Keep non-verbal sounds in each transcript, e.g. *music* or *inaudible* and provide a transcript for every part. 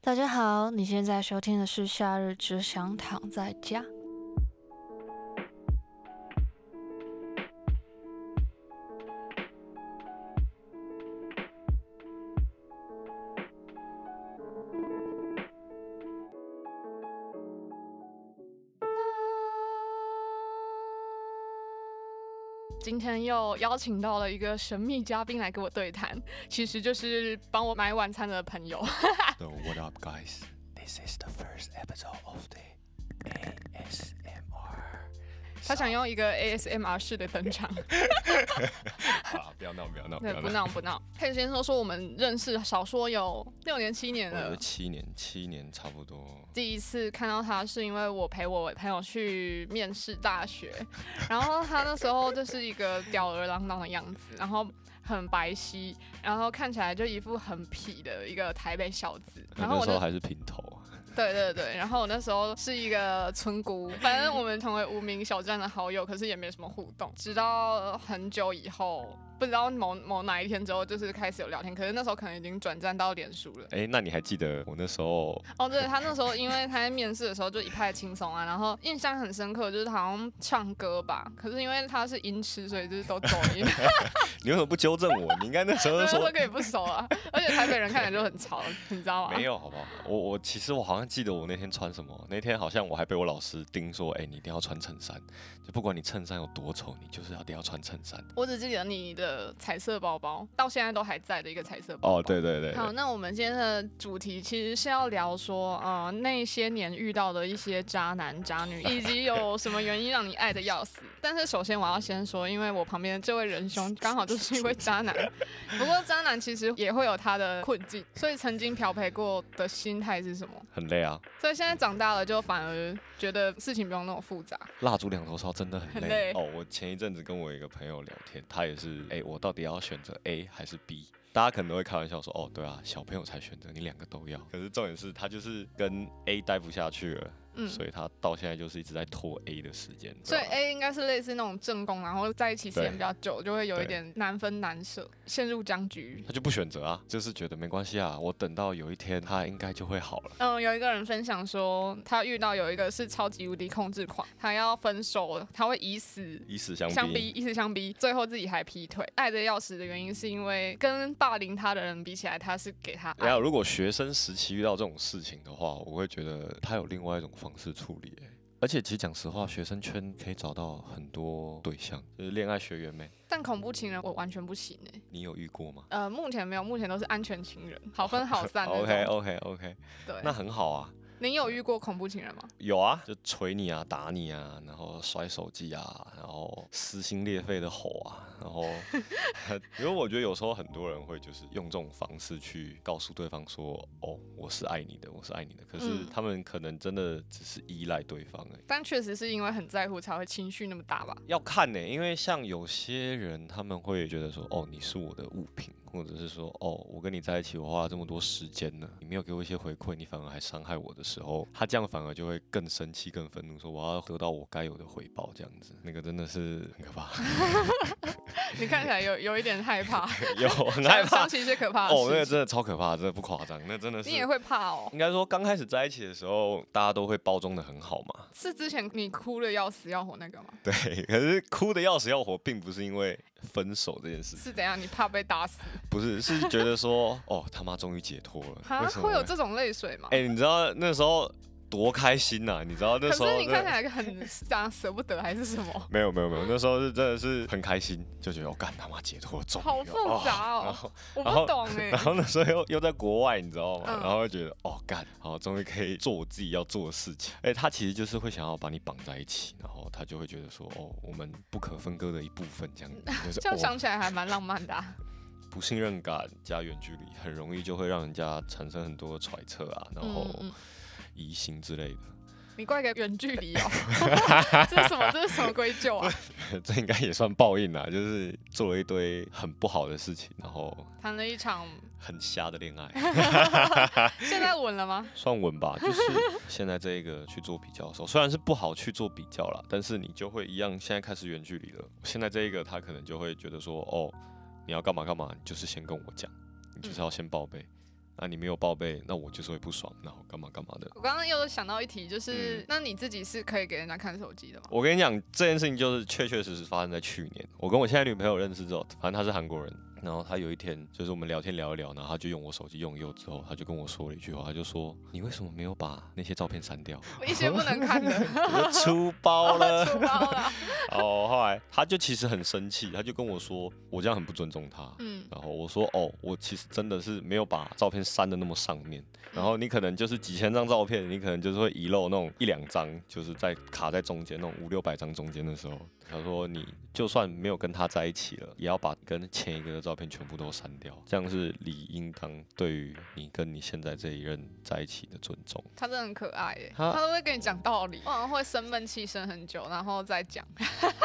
大家好，你现在收听的是《夏日只想躺在家》。今天又邀请到了一个神秘嘉宾来跟我对谈，其实就是帮我买晚餐的朋 *laughs* 友。 So what up, guys? This is the first episode of *laughs* the ASMR 他想用一个 ASMR 式的登 *laughs* 场，啊！不要闹，不要闹，对，不闹不闹。可以先说说我们认识，少说有六年七年我哦有了。七年，七年差不多。第一次看到他是因为我陪我朋友去面试大学，然后他那时候就是一个吊儿郎当的样子，然后很白皙，然后看起来就一副很痞的一个台北小子。然后那我时就候还是平头，对对对，然后我那时候是一个村姑，反正我们成为无名小站的好友，可是也没什么互动。直到很久以后，不知道某某哪一天之后，就是开始有聊天，可是那时候可能已经转战到脸书了。哎、那你还记得我那时候 *laughs* 哦，对他那时候，因为他在面试的时候就一派轻松啊，然后印象很深刻，就是他好像唱歌吧，可是因为他是音痴，所以就是都走 *laughs* 音，你为什么不纠正我？你应该那时候 *laughs* 那就时候说歌也不熟啊，而且台北人看起来就很潮，你知道吗？没有，好不好？我我其实我好像记得我那天穿什么，那天好像我还被我老师叮说，哎、你一定要穿衬衫，就不管你衬衫有多丑，你就是要一定要穿衬衫。我只记得你的彩色包包，到现在都还在的一个彩色包包。哦，对对对好，那我们今天的主题其实是要聊说，呃，那些年遇到的一些渣男渣女，以及有什么原因让你爱的要死。但是首先我要先说，因为我旁边的这位仁兄刚好就是一位渣男，不过渣男其实也会有他的困境，所以曾经漂培过的心态是什么？很累啊，所以现在长大了，就反而觉得事情不用那么复杂。蜡烛两头烧真的很很累累哦。我前一阵子跟我一个朋友聊天，他也是，哎、我到底要选择 A 还是 B？大家可能都会开玩笑说，哦，对啊，小朋友才选择，你两个都要。可是重点是他就是跟 A 待不下去了，嗯，所以他到现在就是一直在拖 A 的时间。所以对吧啊 A 应该是类似那种正宫，然后在一起时间对比较久，就会有对一点难分难舍，陷入僵局。他就不选择啊，就是觉得没关系啊，我等到有一天他应该就会好了。嗯，有一个人分享说，他遇到有一个是超级无敌控制狂，他要分手了，他会以死以死相逼，啊相逼，以死相逼，最后自己还劈腿。爱的要死的原因是因为跟霸凌他的人比起来，他是给他然爱。后，如果学生时期遇到这种事情的话，我会觉得他有另外一种方式处理、欸。而且，其实讲实话，学生圈可以找到很多对象，就是恋爱学员们，但恐怖情人我完全不行哎、你有遇过吗呃，目前没有，目前都是安全情人，好分 *laughs* 好散那种。 *laughs* ？OK OK OK，那对，很好啊，您有遇过恐怖情人吗？有啊，就捶你啊，打你啊，然后摔手机啊，然后撕心裂肺的吼啊，*laughs* 然后， *laughs* 因为我觉得有时候很多人会就是用这种方式去告诉对方说，哦，我是爱你的，我是爱你的，可是嗯他们可能真的只是依赖对方而已。但确实是因为很在乎才会情绪那么大吧。要看呢、因为像有些人他们会觉得说，哦，你是我的物品，或者是说，哦，我跟你在一起，我花了这么多时间呢，你没有给我一些回馈，你反而还伤害我的时候，他这样反而就会更生气、更愤怒，说我要得到我该有的回报，这样子，那个真的是很可怕， *laughs* 你看起来有有一点害怕， *laughs* 有 *laughs* 很害怕想，起一些可怕的哦，那个事情。真的超可怕，真的不夸张，那真的是你。也会怕哦。应该说，刚开始在一起的时候，大家都会包装的很好嘛。 *laughs* 是之前你哭的要死要活那个吗？对，可是哭的要死要活，并不是因为分手这件事情是怎样？你怕被打死？不是，是觉得说， *laughs* 哦，他妈终于解脱了。哈为，什么会有呢这种泪水吗？哎、你知道那时候多开心呐、你知道那可时候是你真看起的来很想舍不得还是什 *laughs* 么？没有没有没有，那时候是真的是很开心，就觉得哦我干、他妈解脱，终于好了复杂然哦，后我然后不懂哎、 *laughs* 然后那时候又又在国外，你知道吗？嗯然后就觉得哦干，好，终于可以做我自己要做的事情。哎、他其实就是会想要把你绑在一起，然后他就会觉得说，哦，我们不可分割的一部分， *laughs* 这样子。就是这样哦想起来还蛮浪漫的、啊。不信任感加远距离，很容易就会让人家产生很多揣测啊，然后嗯嗯，疑心之类的。 *laughs* 你怪给远距离哦， *laughs* 这是什么？这是什么归咎 *laughs* 啊？这应该也算报应啦，就是做了一堆很不好的事情，然后谈了一场，很瞎的恋爱，现在稳了吗？算稳吧。就是现在这一个去做比较的时候，虽然是不好去做比较啦，但是你就会一样，现在开始远距离了。现在这一个他可能就会觉得说，哦，你要干嘛干嘛，你就是先跟我讲，你就是要先报备。那你没有报备，那我就是会不爽，然后干嘛干嘛的。我刚刚又想到一题，就是、嗯那你自己是可以给人家看手机的吗？我跟你讲，这件事情就是确确实实发生在去年。我跟我现在女朋友认识之后，反正她是韩国人，然后她有一天就是我们聊天聊一聊，然后她就用我手机用一用之后，她就跟我说了一句话，她就说：“你为什么没有把那些照片删掉？” *laughs* 一些不能看的， *laughs* 我就出包了。出包啊了。哦，后来她就其实很生气，她就跟我说：“我这样很不尊重她。”嗯，然后我说哦，我其实真的是没有把照片删的那么上面。然后你可能就是几千张照片，你可能就是会遗漏那种一两张，就是在卡在中间那种五六百张中间的时候。他说你就算没有跟他在一起了，也要把跟前一个的照片全部都删掉，这样是理应当对于你跟你现在这一任在一起的尊重。他真的很可爱耶，他他都会跟你讲道理，我好像会生闷气生很久，然后再讲，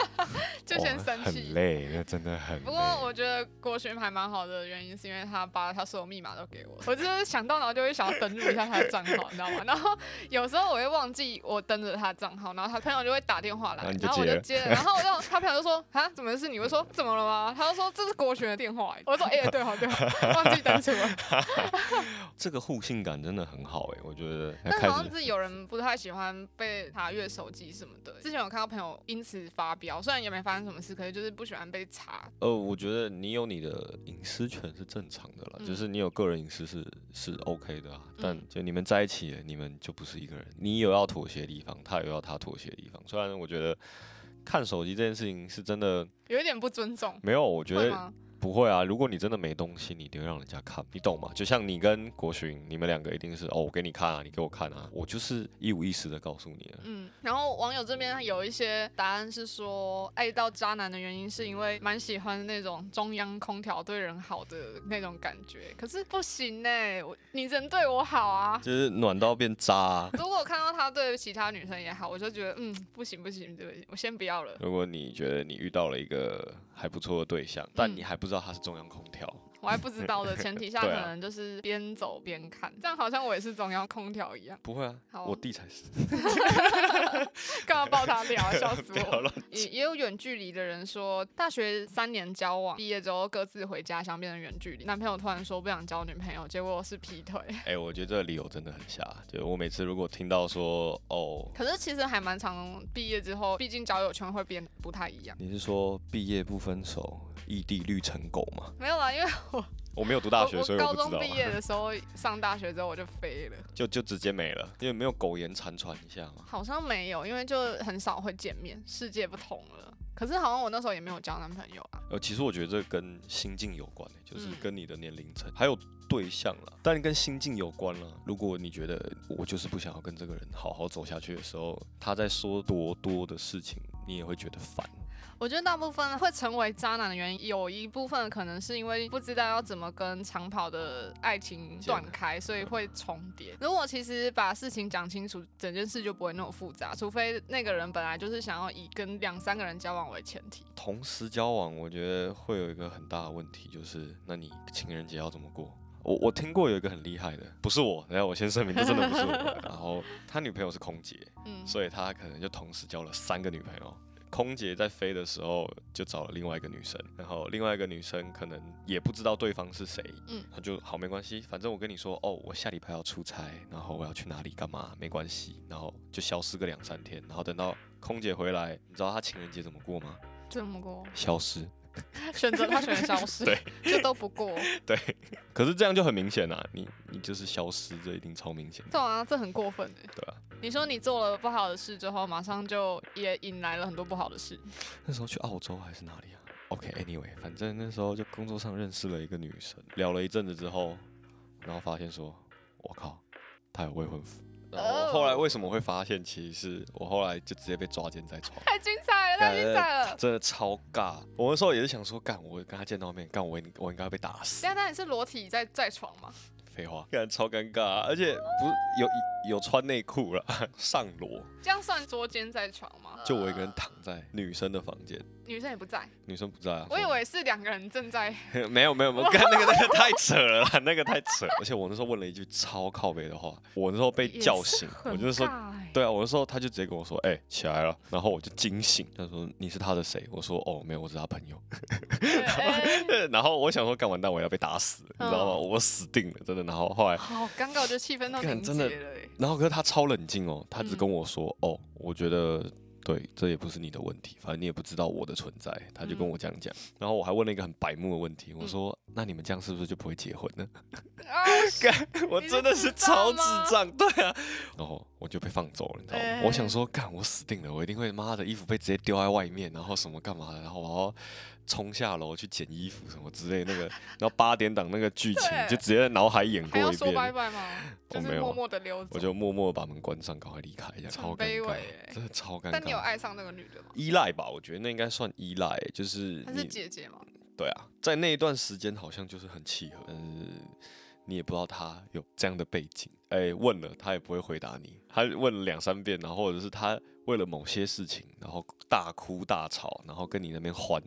*laughs* 就先哦生很气。累，那真的很累。不过我觉得国勋还蛮好的原因，是因为他把他所有密码都给我， *laughs* 我就是想到然后就会想要登录一下他的账号，你知道吗？然后有时候我会忘记我登着他的账号，然后他朋友就会打电话来，然后你就然后我就接接了，然后然后他朋友就说 *laughs* 啊，怎么是你？我说怎么了吗？他就说这是国勋的电话耶，我说哎、对好对好， *laughs* 忘记登出了。这个互信感真的很好哎、我觉得但开好像始是有人不太喜欢被查阅手机什么的。之前有看到朋友因此发飙，虽然也没发生什么事，可是就是不喜欢被查。呃，我觉得你有你的隐私权是正常的啦，就嗯是你有个人隐私是是 OK 的啊。但嗯就你们在一起了，你们就不是一个人，你有要妥协的地方，他有要他妥协的地方。虽然我觉得看手机这件事情是真的有一点不尊重，没有，我觉会得吗？不会啊。如果你真的没东西，你一定会让人家看，你懂吗？就像你跟国勋，你们两个一定是哦，我给你看啊，你给我看啊，我就是一五一十的告诉你了。嗯，然后网友这边有一些答案是说，爱到渣男的原因是因为蛮喜欢那种中央空调对人好的那种感觉，可是不行呢、我你人对我好 *laughs* 啊。就是暖到变渣啊、如果看到他对其他女生也好，我就觉得嗯不行不行，对不起，我先不要了，如果你觉得你遇到了一个还不错的对象，但嗯你还不知道他是中央空调，我还不知道的前提下，可 *laughs* 对啊能就是边走边看，这样好像我也是中央空调一样，不会啊，好我弟才是， *laughs* 干嘛爆他聊啊，笑死不要我！乱也也有远距离的人说，大学三年交往，毕业之后各自回家乡，变成远距离。男朋友突然说不想交女朋友，结果是劈腿。 *laughs* 哎、我觉得这个理由真的很瞎。就我每次如果听到说，哦，可是其实还蛮常毕业之后，毕竟交友圈会变不太一样。你是说毕业不分手，异地绿成狗吗？没有啦，因为我没有读哦我大学，所我以我高不知中道毕啊，业 *laughs* 的时候，上大学之后我就飞了，就就直接没了，因为没有苟延残喘一下嘛。好像没有，因为就很少会见面，世界不同了。可是好像我那时候也没有交男朋友啊。呃，其实我觉得这跟心境有关、欸就是嗯跟你的年龄层、还有对象啦，但跟心境有关啦。如果你觉得我就是不想要跟这个人好好走下去的时候，他在说多多的事情，你也会觉得烦。我觉得大部分会成为渣男的原因，有一部分可能是因为不知道要怎么跟长跑的爱情断开，所以会嗯重叠。如果其实把事情讲清楚，整件事就不会那么复杂，除非那个人本来就是想要以跟两三个人交往为前提。同时交往，我觉得会有一个很大的问题，就是那你情人节要怎么过？我我听过有一个很厉害的，不是我，然后我先声明，这真的不是我。然后他女朋友是空姐，嗯，所以他可能就同时交了三个女朋友。空姐在飞的时候就找了另外一个女生，然后另外一个女生可能也不知道对方是谁，嗯他就好没关系，反正我跟你说哦，我下礼拜要出差，然后我要去哪里干嘛，没关系，然后就消失个两三天，然后等到空姐回来，你知道她情人节怎么过吗？这么过， *laughs* 消失，选择他选择消失，就都不过。对，可是这样就很明显啊，你你就是消失，这一定超明显的，对啊，这很过分哎。对啊，你说你做了不好的事之后，马上就也引来了很多不好的事。那时候去澳洲还是哪里啊？OK，anyway，、反正那时候就工作上认识了一个女生，聊了一阵子之后，然后发现说，我靠，她有未婚夫。然哦后后来为什么会发现？其实是我后来就直接被抓奸在床，太精彩了，太精彩了！真的超尬。我那时候也是想说，干，我跟她见到面，干我应我应该会被打死。现在你是裸体在在床吗？废话，干超尴尬、 *laughs* 而且不是有有穿内裤了，上裸。这样算捉奸在床吗？就我一个人躺在女生的房间，女生也不在，女生不在啊。我以为是两个人正在所以 *laughs* 没有没有没有，干那个那个太扯了啦， *laughs* 那个太扯了。而且我那时候问了一句超靠北的话，我那时候被叫醒，我 *laughs* 就说。欸 *laughs* 对啊，我那时候他就直接跟我说：“哎、起来了。”然后我就惊醒，他说：“你是他的谁？”我说：“哦，没有，我是他朋友。对，哎然后我想说，干完蛋，我要被打死，你知道吗？我死定了，真的。然后后来好尴尬，我觉得气氛都干凝结真的了哎。然后可是他超冷静哦，他只嗯跟我说：“哦，我觉得对，这也不是你的问题，反正你也不知道我的存在。”他就跟嗯我这样讲。然后我还问了一个很白目的问题，我说：“那你们这样是不是就不会结婚呢啊，？” *laughs* 我你是真的是智障超智吗障， *laughs* 对啊。然后我就被放走了，你知道吗？我想哎说，干，我死定了，我一定会妈的衣服被直接丢在外面，然后什么干嘛的，然后我要。冲下楼去捡衣服什么之类的那个，然后八点档那个剧情就对直接在脑海演还过要一说遍。拜拜吗？就我是没有啊默默的溜走。我就默默地把门关上，赶快离开，这样超很尴卑微尬欸，真的超尴尬。但你有爱上那个女的吗？依赖吧？我觉得那应该算依赖，就是她是你姐姐吗？对啊，在那一段时间好像就是很契合，但是你也不知道他有这样的背景，哎、问了他也不会回答你，他问了两三遍，然后或者是他为了某些事情，然后大哭大吵，然后跟你那边欢，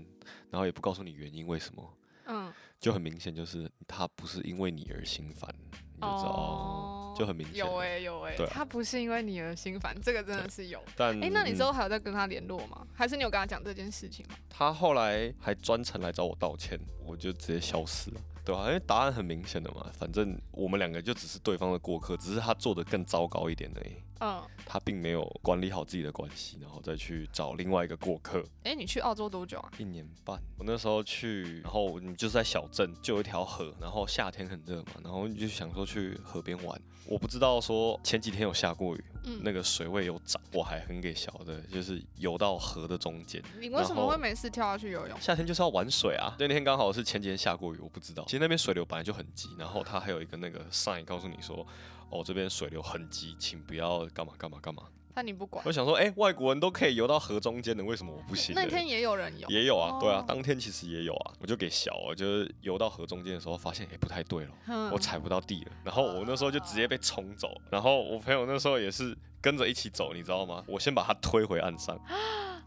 然后也不告诉你原因为什么，嗯，就很明显就是他不是因为你而心烦，你就知道，哦就很明显有了哎、有哎、对啊她不是因为你而心烦，这个真的对是有。但哎、那你之嗯后还有在跟她联络吗？还是你有跟她讲这件事情吗？他后来还专程来找我道歉，我就直接消失了，对啊吧、因为答案很明显的嘛，反正我们两个就只是对方的过客，只是他做的更糟糕一点而已。嗯，他并没有管理好自己的关系，然后再去找另外一个过客。哎、你去澳洲多久啊？一年半，我那时候去，然后你就是在小镇，就有一条河，然后夏天很热嘛，然后你就想说去河边玩。我不知道说前几天有下过雨，嗯，那个水位有涨，我还很给小的，就是游到河的中间，你为什然么后会没事跳下去游泳？夏天就是要玩水啊。那天刚好是前几天下过雨，我不知道。其实那边水流本来就很急，然后它还有一个那个 sign 告诉你说，哦这边水流很急，请不要干嘛干嘛干嘛。但你不管我。想说，哎、外国人都可以游到河中间的，为什么我不行呢？那天也有人游，也有啊，对啊哦，当天其实也有啊。我就给小啊，就是游到河中间的时候，发现哎、不太对了。嗯我踩不到地了，然后我那时候就直接被冲 *gasps* 走，然后我朋友那时候也是跟着一起走，你知道吗？我先把他推回 *gasps* 岸上，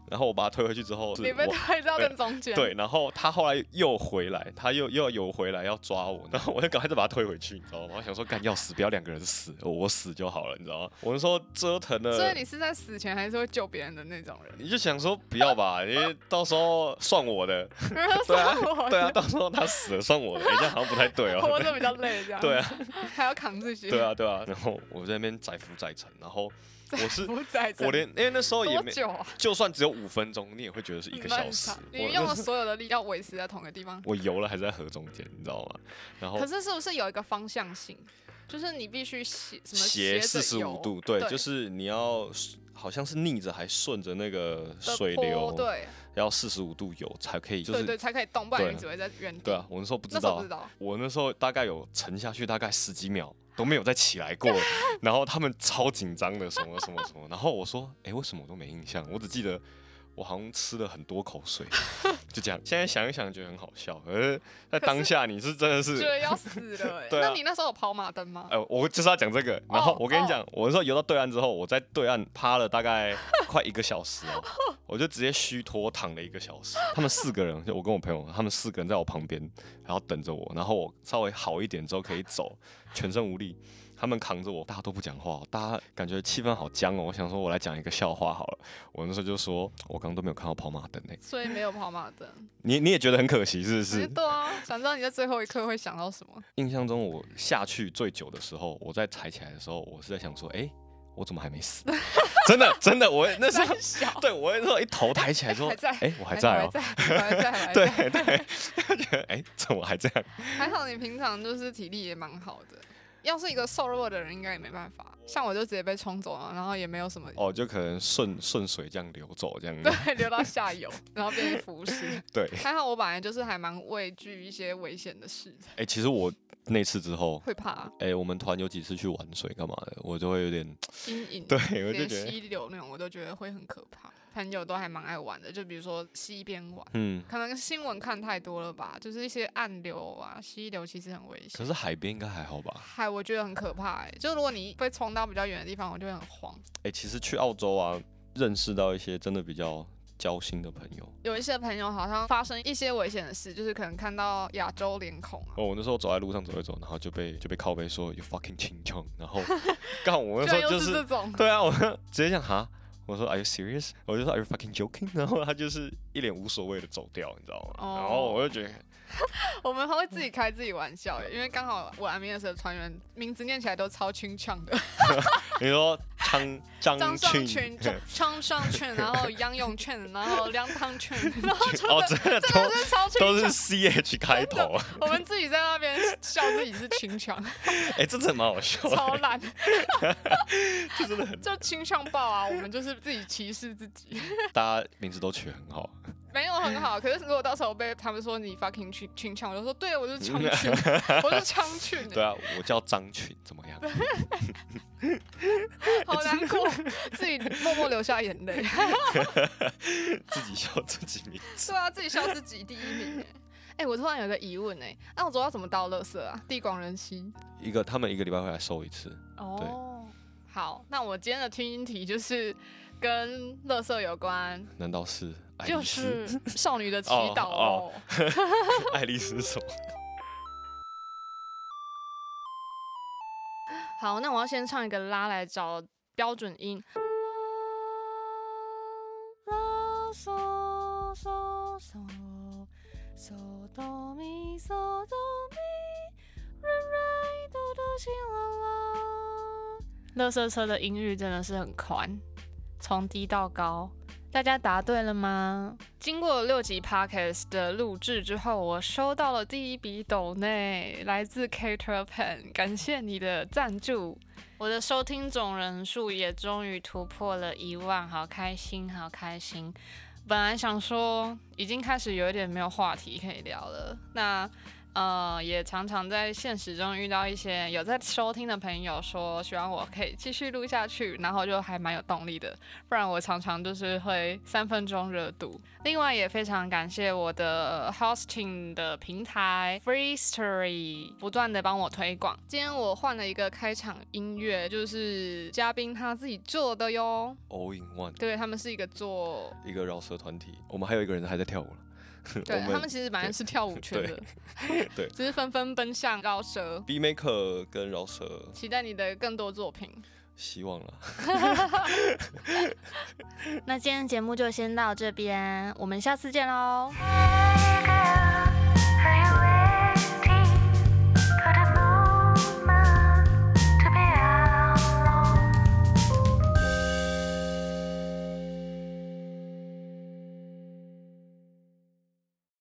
然后我把他推回去之后，是你被我推到更中间。对，，然后他后来又回来，他又又要游回来要抓我，然后我就赶快再把他推回去，你知道吗？我想说，干要死，不要两个人死，我死就好了，你知道吗？我那时候折腾了，所以你是在死前还是会救别人的那种 *laughs* 人。你就想说不要吧，因为到时候算 *laughs* 我的，对啊，对啊，到时候他死了算我的，哎、这样好像不太对 *laughs* 活哦。着比较累，这样。对啊，还要扛自己。对啊，对啊，然后我在那边载浮载沉，然后我是不在这我连，因为那时候也多没，久啊？就算只有五分钟，你也会觉得是一个漫小时长。我你用了那时候所有的力要维持在同一个地方。我游了还是在河中间，你知道吗？然后可是是不是有一个方向性？就是你必须斜什么斜着四十游五度，对，对就是你要好像是逆着还顺着那个的水坡流，，对要四十五度游才可以，就是对对，才可以动，不然对你只会在原地。对啊，，我那时候不知那时候道不啊知，道，我那时候大概有沉下去大概十几秒都没有再起来 *laughs* 过，然后他们超紧张的什么什么什么，然后我说，哎、为什么我都没印象？我只记得。我好像吃了很多口水，就这样。现在想一想觉得很好笑，可是在当下你是真的是觉得要死了欸。 *laughs* 对啊那你那时候有跑马灯 *laughs* 吗？呃，我就是要讲这个。然后哦我跟你哦讲，我那时候游到对岸之后，我在对岸趴了大概快一个小时哦，我就直接虚脱躺了一个小时。他们四个人，就我跟我朋友，他们四个人在我旁边，然后等着我。然后我稍微好一点之后可以走，全身无力。他们扛着我，大家都不讲话，哦大家感觉气氛好僵哦。我想说，我来讲一个笑话好了。我那时候就说，我刚刚都没有看到跑马灯诶、所以没有跑马灯。你你也觉得很可惜是不其实是？对啊，想知道你在最后一刻会想到 *laughs* 什么？印象中我下去最久的时候，我在踩起来的时候，我是在想说，哎、我怎么还没死？ *laughs* 真的真的，我那时候三小对我那时候一头抬起来说，还在哎、啊 *laughs* 我还在还哦、在，还在，还在。 *laughs* 对对，就觉得哎、怎么还这样？还好你平常就是体力也蛮好的，要是一个瘦弱的人，应该也没办法。像我就直接被冲走了，然后也没有什么，哦，就可能顺顺水这样流走这样子， *laughs* 对，流到下 *laughs* 游，然后变成浮尸。对，还好我本来就是还蛮畏惧一些危险的事，哎、其实我那次之后。会怕哎、我们团有几次去玩水干嘛的，我就会有点，，阴影对，我就连觉得，溪流那种我都觉得会很可怕。朋友都还蛮爱玩的，就比如说溪边玩，嗯，可能新闻看太多了吧，就是一些暗流啊、溪流其实很危可险。是海边应该还好吧？海我觉得很可怕、欸，就如果你被冲到比较远的地方，我就会很慌。哎、其实去澳洲啊，认识到一些真的比较交心的朋友。有一些朋友好像发生一些危险的事，就是可能看到亚洲脸孔啊，哦，我那时候走在路上走一走，然后就被就被靠背说 you fucking 清腔，*laughs* 然后干我那居时然候又就是是这种， *laughs* 对啊，我直接讲哈，我说 Are you serious？我就说 Are you fucking joking？然后他就是一脸无所谓的走掉，你知道吗？哦然后我就觉得我们还会自己开自己玩笑欸耶，因为刚好我 M S 的团员名字念起来都超清唱的，你说张张张尚俊哦圈、张张 *laughs* 尚圈，然后杨永圈，然后梁汤圈， *laughs* 然后真哦，的真的真的都是超清都是唱， C H 开头啊，我们自己在那边笑自己是清 *laughs* 唱，哎、这真的蛮好笑的，超烂， *laughs* 这真的很，就清唱爆啊！我们就是自己歧视自己，大家名字都取得很好，没有很好。可是如果到时候被他们说你 fucking 清清唱，我就说对，我就是 *laughs* 唱群，我是唱群、欸，对啊，我叫张群，怎么样？好难过，自己默默流下眼 *laughs* 泪。自己笑自己 *laughs* 名字，对啊，自己笑自己第一名、欸。 *laughs* 哎、我突然有个疑问哎、那澳洲要怎么倒垃圾啊？地广人稀。一个他们一个礼拜会来收一次，哦，好，那我今天的听音题就是跟垃圾有关，难道是爱就丽丝？是少女的祈哦祷哦。 *laughs* 爱丽丝是什么？好，那我要先唱一个拉来找标准音。拉嗦嗦嗦，嗦哆咪嗦哆咪，瑞瑞哆哆西啦啦。乐色车的音域真的是很宽，从低到高。大家答对了吗？经过六集 podcast 的录制之后，我收到了第一笔抖内，来自 Cater Pen，感谢你的赞助。我的收听总人数也终于突破了一万，好开心，好开心！本来想说已经开始有一点没有话题可以聊了，那呃也常常在现实中遇到一些有在收听的朋友说希望我可以继续录下去，然后就还蛮有动力的，不然我常常就是会三分钟热度。另外也非常感谢我的呃 hosting 的平台 Free Story 不断的帮我推广。今天我换了一个开场音乐，就是嘉宾他自己做的哟， All in One，对他们是一个做一个饶舌团体，我们还有一个人还在跳舞了。对 *laughs* 我他们其实本来对是跳舞圈的，对只是纷纷奔向饶舌， B Maker 跟饶舌，期待你的更多作品。希望了。那今天节目就先到这边，我们下次见喽。 Hey, hey,